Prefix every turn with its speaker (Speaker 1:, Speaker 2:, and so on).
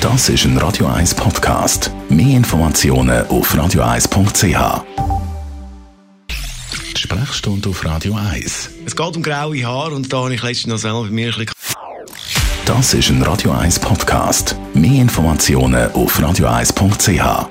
Speaker 1: Das ist ein Radio 1 Podcast. Mehr Informationen auf radio1.ch. Sprechstunde auf Radio 1.
Speaker 2: Es geht um graue Haare und da habe ich letztens noch selber bei mir ein bisschen...
Speaker 1: Das ist ein Radio 1 Podcast. Mehr Informationen auf radio1.ch.